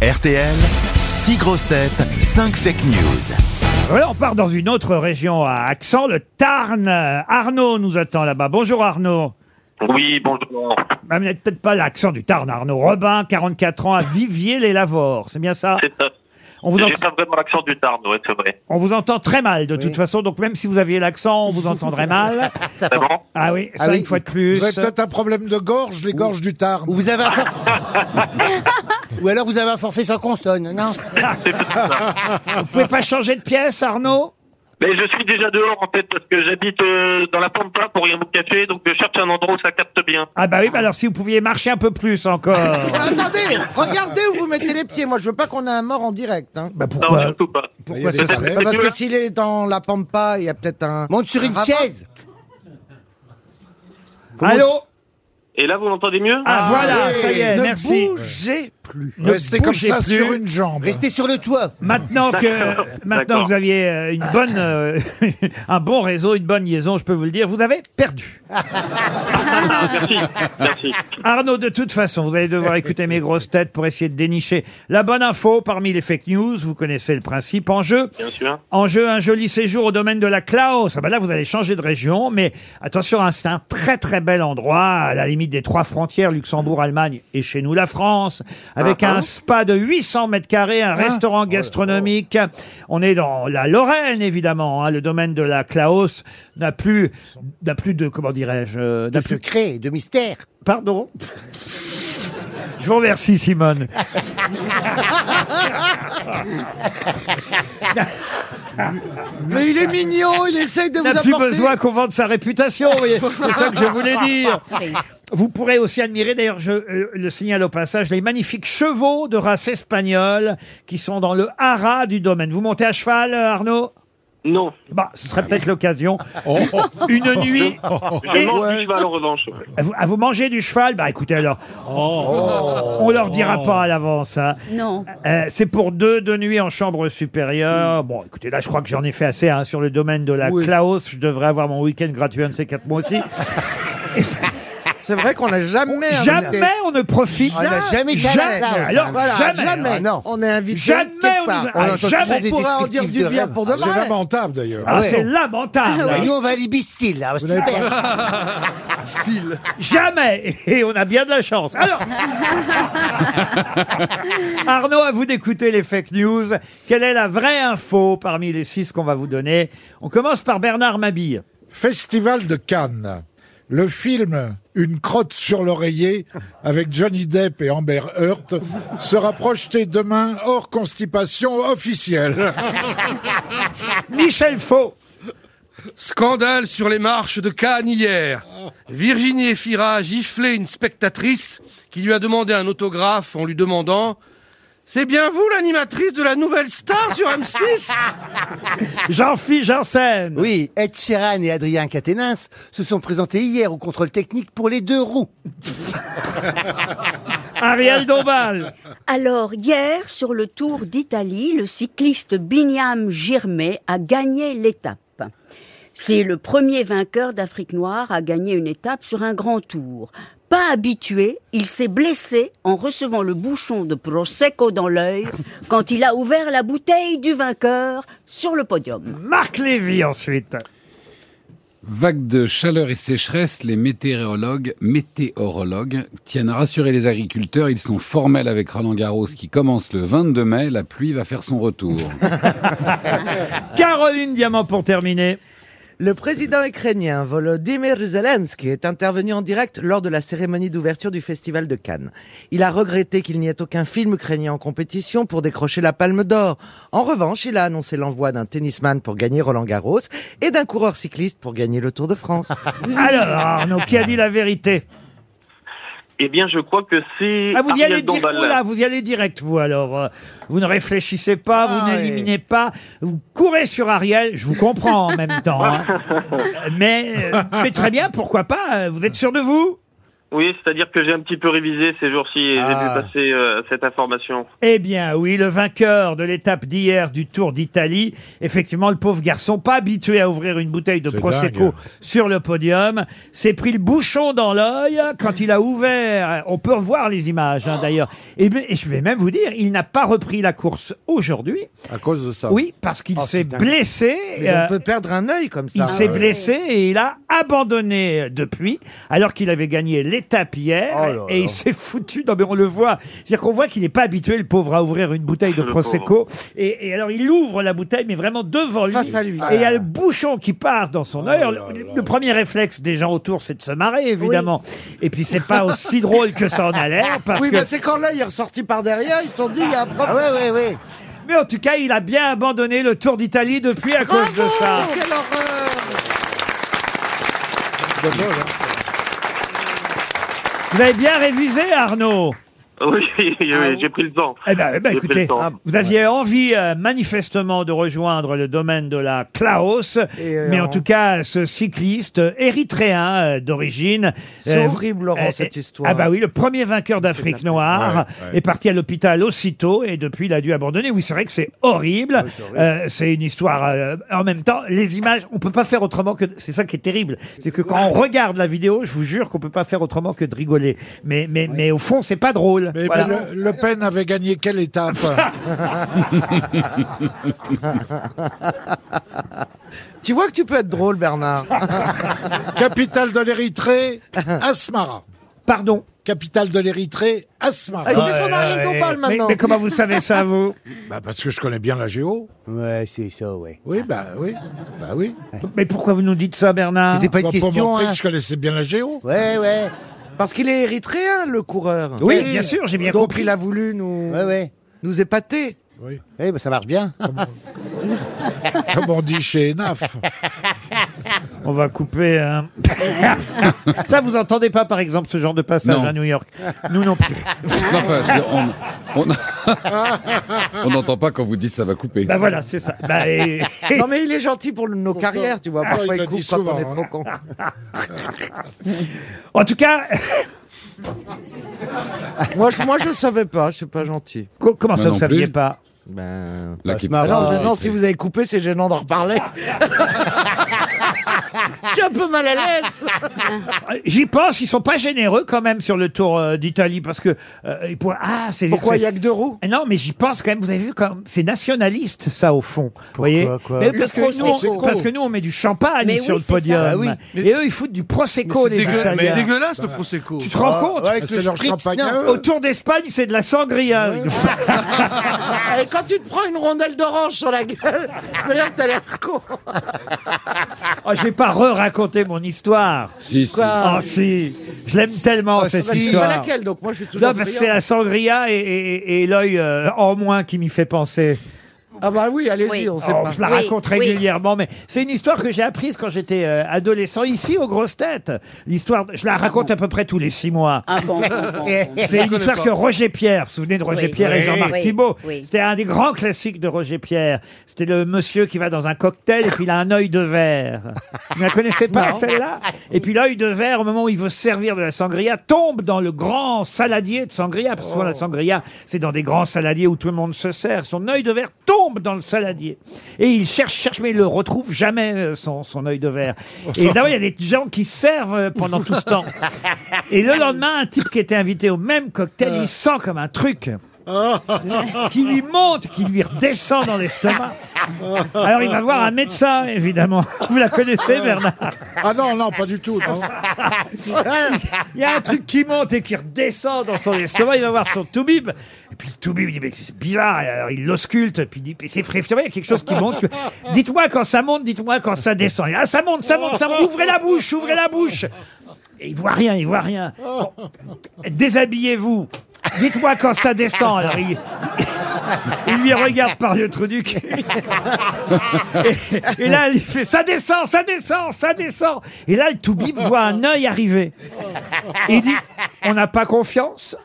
RTL, 6 grosses têtes, 5 fake news. Voilà, on part dans une autre région à accent, le Tarn. Euh, Arnaud nous attend là-bas. Bonjour Arnaud. Oui, bonjour. Ah, mais vous n'êtes peut-être pas l'accent du Tarn, Arnaud. Robin, 44 ans, à Viviers-les-Lavores. C'est bien ça C'est ça. on vous, J'ai ent- pas vraiment l'accent du Tarn, ouais, c'est vrai. on vous entend très mal de toute façon, donc même si vous aviez l'accent, on vous entendrait mal. C'est bon Ah oui, ça Ah oui. une fois de plus. Vous avez peut-être un problème de gorge, les gorges du Tarn. Ou vous avez un forfait. Ou alors vous avez un forfait sans consonne, non Vous pouvez pas changer de pièce, Arnaud Mais je suis déjà dehors, en fait, parce que j'habite euh, dans la Pampa pour rien vous cacher, donc je cherche un endroit où ça capte bien. Ah bah oui, bah alors si vous pouviez marcher un peu plus encore. Attendez, regardez où vous mettez les pieds. Moi, je veux pas qu'on ait un mort en direct. hein. Bah Non, pourquoi surtout pas. hein Pourquoi Il y a ce des serait- frais. Parce que s'il est dans la pampa, il y a peut-être un. Monte sur une un rapport. chaise. Allô Et là, vous l'entendez mieux Ah voilà, oui. ça y est, Ne merci. bougez plus. Ne Restez comme bougez ça plus. sur une jambe. Restez sur le toit. Maintenant que maintenant D'accord. que vous aviez euh, une bonne, euh, un bon réseau, une bonne liaison, je peux vous le dire, vous avez perdu. Ah, Merci, merci. Arnaud, de toute façon, vous allez devoir écouter mes grosses têtes pour essayer de dénicher la bonne info parmi les fake news. Vous connaissez le principe. En jeu, Bien sûr. en jeu, un joli séjour au domaine de la Claus. Ah ben là, vous allez changer de région, mais attention, hein, c'est un très très bel endroit à la limite des trois frontières, Luxembourg, Allemagne et chez nous la France, avec Ah, ah. un spa de 800 mètres carrés, un restaurant gastronomique. On est dans la Lorraine, évidemment. hein. Le domaine de la Claus n'a plus, n'a plus de, comment dirais-je, euh, n'a De plus, secret, de mystère. pardon. Je vous remercie, Simone. Mais il est mignon, il essaye de vous n'a plus apporter. besoin qu'on vende sa réputation. vous voyez. C'est ça que je voulais dire. Vous pourrez aussi admirer, d'ailleurs, je euh, le signale au passage, les magnifiques chevaux de race espagnole qui sont dans le haras du domaine. Vous montez à cheval, euh, Arnaud Non, bah, ce serait peut-être l'occasion. Une nuit. je Et- mange du cheval en revanche. ouais. à vous, à vous manger du cheval Bah écoutez alors. On leur dira pas à l'avance. hein. Non. Euh, c'est pour deux, deux nuits en chambre supérieure. Bon, écoutez, là, je crois que j'en ai fait assez hein, sur le domaine de la Klaus. Je devrais avoir mon week-end gratuit un de ces quatre mois aussi. C'est vrai qu'on n'a jamais. invité. Jamais on ne profite. Ah, On n'a jamais été à la Jamais. salle. Alors, Voilà, jamais. jamais. Ah, non. On est invité. Jamais quelque on part. nous a- Ah, entend toujours jamais. des On pourra en dire descriptifs du de bien rêve. pour C'est demain. lamentable d'ailleurs. Ah, ouais. C'est lamentable. Ah Et nous, on va à l'Ibistil, là. Super. Style. Jamais. Et on a bien de la chance. Alors, Arnaud, à vous d'écouter les fake news. Quelle est la vraie info parmi les six qu'on va vous donner On commence par Bernard Mabille. Festival de Cannes. Le film Une crotte sur l'oreiller avec Johnny Depp et Amber Heard sera projeté demain hors constipation officielle. Michel Faux. Scandale sur les marches de Cannes hier. Virginie Efira a giflé une spectatrice qui lui a demandé un autographe en lui demandant C'est bien vous l'animatrice de la nouvelle star sur M6 Jean-Philippe Janssen. Oui, Ed Sheeran et Adrien Quatennens se sont présentés hier au contrôle technique pour les deux roues. Ariel Dombal. Alors, hier, sur le Tour d'Italie, le cycliste Binyam Girmay a gagné l'étape. C'est le premier vainqueur d'Afrique noire à gagner une étape sur un grand tour. Pas habitué, il s'est blessé en recevant le bouchon de Prosecco dans l'œil quand il a ouvert la bouteille du vainqueur sur le podium. Marc Lévy ensuite. Vague de chaleur et sécheresse, les météorologues, météorologues tiennent à rassurer les agriculteurs. Ils sont formels avec Roland Garros qui commence le 22 mai. La pluie va faire son retour. Caroline Diamant pour terminer. Le président ukrainien Volodymyr Zelensky est intervenu en direct lors de la cérémonie d'ouverture du Festival de Cannes. Il a regretté qu'il n'y ait aucun film ukrainien en compétition pour décrocher la Palme d'Or. En revanche, il a annoncé l'envoi d'un tennisman pour gagner Roland Garros et d'un coureur cycliste pour gagner le Tour de France. Alors, Arnaud, qui a dit la vérité Eh bien, je crois que c'est Ah, vous y Ariel allez dire, Dombal. là, vous y allez direct, vous, alors. euh, Vous ne réfléchissez pas, vous Ah, n'éliminez pas, vous courez sur Ariel, je vous comprends en même temps. hein. Mais, euh, mais très bien, pourquoi pas, euh, vous êtes sûr de vous Oui, c'est-à-dire que j'ai un petit peu révisé ces jours-ci et Ah. j'ai vu passer euh, cette information. Eh bien oui, le vainqueur de l'étape d'hier du Tour d'Italie, effectivement le pauvre garçon, pas habitué à ouvrir une bouteille de C'est Prosecco dingue. sur le podium, s'est pris le bouchon dans l'œil quand il a ouvert. On peut revoir les images hein, d'ailleurs. Et, bien, et je vais même vous dire, il n'a pas repris la course aujourd'hui. À cause de ça. Oui, parce qu'il Oh, s'est c'est dingue. blessé. Mais euh, on peut perdre un œil comme ça. il s'est Ouais. blessé et il a abandonné depuis, alors qu'il avait gagné l'étape hier. Oh là et là. il s'est foutu. Non, mais on le voit. C'est-à-dire qu'on voit qu'il n'est pas habitué, le pauvre, à ouvrir une bouteille de Le Prosecco. Et, et alors, il ouvre la bouteille, mais vraiment devant lui. Face à lui. Et il y a le bouchon qui part dans son œil. Alors, le, le premier réflexe des gens autour, c'est de se marrer, évidemment. Et puis, c'est pas aussi drôle que ça en a l'air. Parce Oui, que... bah, c'est quand l'œil est ressorti par derrière, ils se sont dit, il y a un Ah problème. ouais, ouais, ouais. Mais en tout cas, il a bien abandonné le Tour d'Italie depuis à cause de ça. Oh, Quelle horreur Vous avez bien révisé, Arnaud. Oui, oui, j'ai pris le temps. Eh ben, eh ben, J'ai pris le écoutez, temps. vous aviez envie euh, manifestement de rejoindre le domaine de la Klaus, Et, euh, mais en on- tout cas, ce cycliste érythréen euh, d'origine. C'est euh, horrible, Laurent, euh, cette euh, histoire. Ah bah oui, le premier vainqueur d'Afrique noire euh, Ouais, ouais. est parti à l'hôpital aussitôt et depuis, il a dû abandonner. Oui, c'est vrai que c'est horrible. Euh, c'est une histoire. euh, en même temps, les images, on peut pas faire autrement que. C'est ça qui est terrible, c'est que quand on regarde la vidéo, je vous jure qu'on peut pas faire autrement que de rigoler. Mais mais mais au fond, c'est pas drôle. Mais, mais Voilà. le, Le Pen avait gagné quelle étape Tu vois que tu peux être drôle, Bernard. Ah, Capitale de l'Érythrée, Asmara. Pardon. Capitale de l'Érythrée, Asmara. Ah, il est sur Darien qu'on parle Mais, maintenant. mais comment vous savez ça, vous Bah parce que je connais bien la géo. Ouais, c'est ça, ouais. Oui, bah oui. Bah oui. Mais pourquoi vous nous dites ça, Bernard C'était pas une Bah, pour question, montrer hein. que je connaissais bien la géo. Ouais, ouais, Parce qu'il est érythréen, le coureur. Oui, bien sûr, j'ai bien Donc compris. il a voulu nous, ouais, ouais. nous épater. Oui. Ouais, bah, ça marche bien. Comme on dit chez Enaf. On va couper. hein. ça, vous entendez pas, par exemple, ce genre de passage Non. à New York Nous non plus. Non, enfin, je veux dire, on- on on n'entend pas quand vous dites ça va couper. bah voilà, c'est ça. Bah, et- Non, mais il est gentil pour nos carrières, tu vois. Ah, Parfois, il il, le coupe dit quand souvent, on est hein. trop con. En tout cas, moi, je, moi, je savais pas, je suis pas gentil. co- comment ça, Moi vous non saviez plus. pas Ben. La Bah, qui- c'est marrant. non, Ah, maintenant, ok. si vous avez coupé, c'est gênant d'en reparler. je suis un peu mal à l'aise. Euh, J'y pense, ils sont pas généreux quand même sur le Tour euh, d'Italie parce que euh, ils pourraient- ah c'est Pourquoi c'est- Eh il y a que deux roues Non, mais j'y pense quand même. Vous avez vu, quand même, c'est nationaliste, ça, au fond. vous voyez quoi Mais parce, que Le nous, on- Prosecco. parce que nous, on met du champagne Mais oui, sur le c'est ça. podium. Bah oui. Et eux, ils foutent du Prosecco, C'est les dégueu- Italiens. mais dégueulasse le Prosecco. Tu te rends compte Ouais, avec C'est le leur spritz, champagne à non. eux. Autour d'Espagne, c'est de la sangria. Et Eh, quand tu te prends une rondelle d'orange sur la gueule, je me dis, t'as l'air con. Oh, je vais pas re-raconter mon histoire. Si, si. Ah si, je l'aime tellement Ah, cette si. Je sais pas histoire. laquelle, donc moi, je suis toujours. Non, parce que c'est brillante. la sangria et, et- et l'œil euh, en moins qui m'y fait penser. Ah, bah oui, allez-y, Oui. on sait Oh, pas. je la Oui, raconte oui. régulièrement, mais c'est une histoire que j'ai apprise quand j'étais euh, adolescent ici aux grosses têtes. L'histoire, je la raconte à peu près tous les six mois. Ah bon, bon, bon, bon. C'est une histoire que Roger Pierre, vous vous souvenez de Roger Oui. Pierre et Oui. Jean-Marc Oui. Thibault Oui. C'était un des grands classiques de Roger Pierre. C'était le monsieur qui va dans un cocktail et puis il a un œil de verre. Vous ne la connaissez pas celle-là Et puis l'œil de verre, au moment où il veut se servir de la sangria, tombe dans le grand saladier de sangria. Parce que Oh. souvent, la sangria, c'est dans des grands saladiers où tout le monde se sert. Son œil de verre tombe dans le saladier. Et il cherche, cherche, mais il le retrouve jamais, euh, son, son œil de verre. Et évidemment, il y a des gens qui servent euh, pendant tout ce temps. Et le lendemain, un type qui était invité au même cocktail, il sent comme un truc qui lui monte, qui lui redescend dans l'estomac. Alors il va voir un médecin, évidemment. Vous la connaissez, Bernard. Ah non, non, pas du tout. non. Il y a un truc qui monte et qui redescend dans son estomac. Il va voir son toubib. Et puis le toubib, il dit, mais c'est bizarre. Et alors il l'ausculte. Puis il dit, mais c'est effrayant, il y a quelque chose qui monte. Dites-moi quand ça monte, dites-moi quand ça descend. Il dit, ah, ça monte, ça monte, ça monte. Ouvrez la bouche, ouvrez la bouche. Et il voit rien, il voit rien. Bon. Déshabillez-vous. Dites-moi quand ça descend. Alors il, il lui regarde par le trou du cul. Et là, il fait ça descend, ça descend, ça descend. Et là, le Toubib voit un œil arriver. Et il dit On n'a pas confiance